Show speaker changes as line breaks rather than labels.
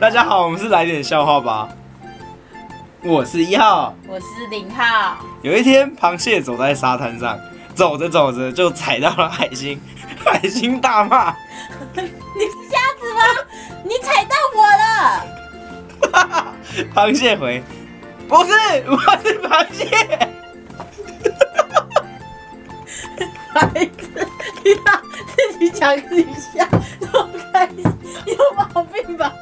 大家好，我们是来点笑话吧。我是一号。
我是零号，
有一天，螃蟹走在沙滩上，走着走着就踩到了海星， 海星大骂。
你是瞎子吗？你踩到我了！
螃蟹回：“不是，我是螃蟹。
孩子，你把 自己讲自己瞎，这么开心，你有毛病吧？”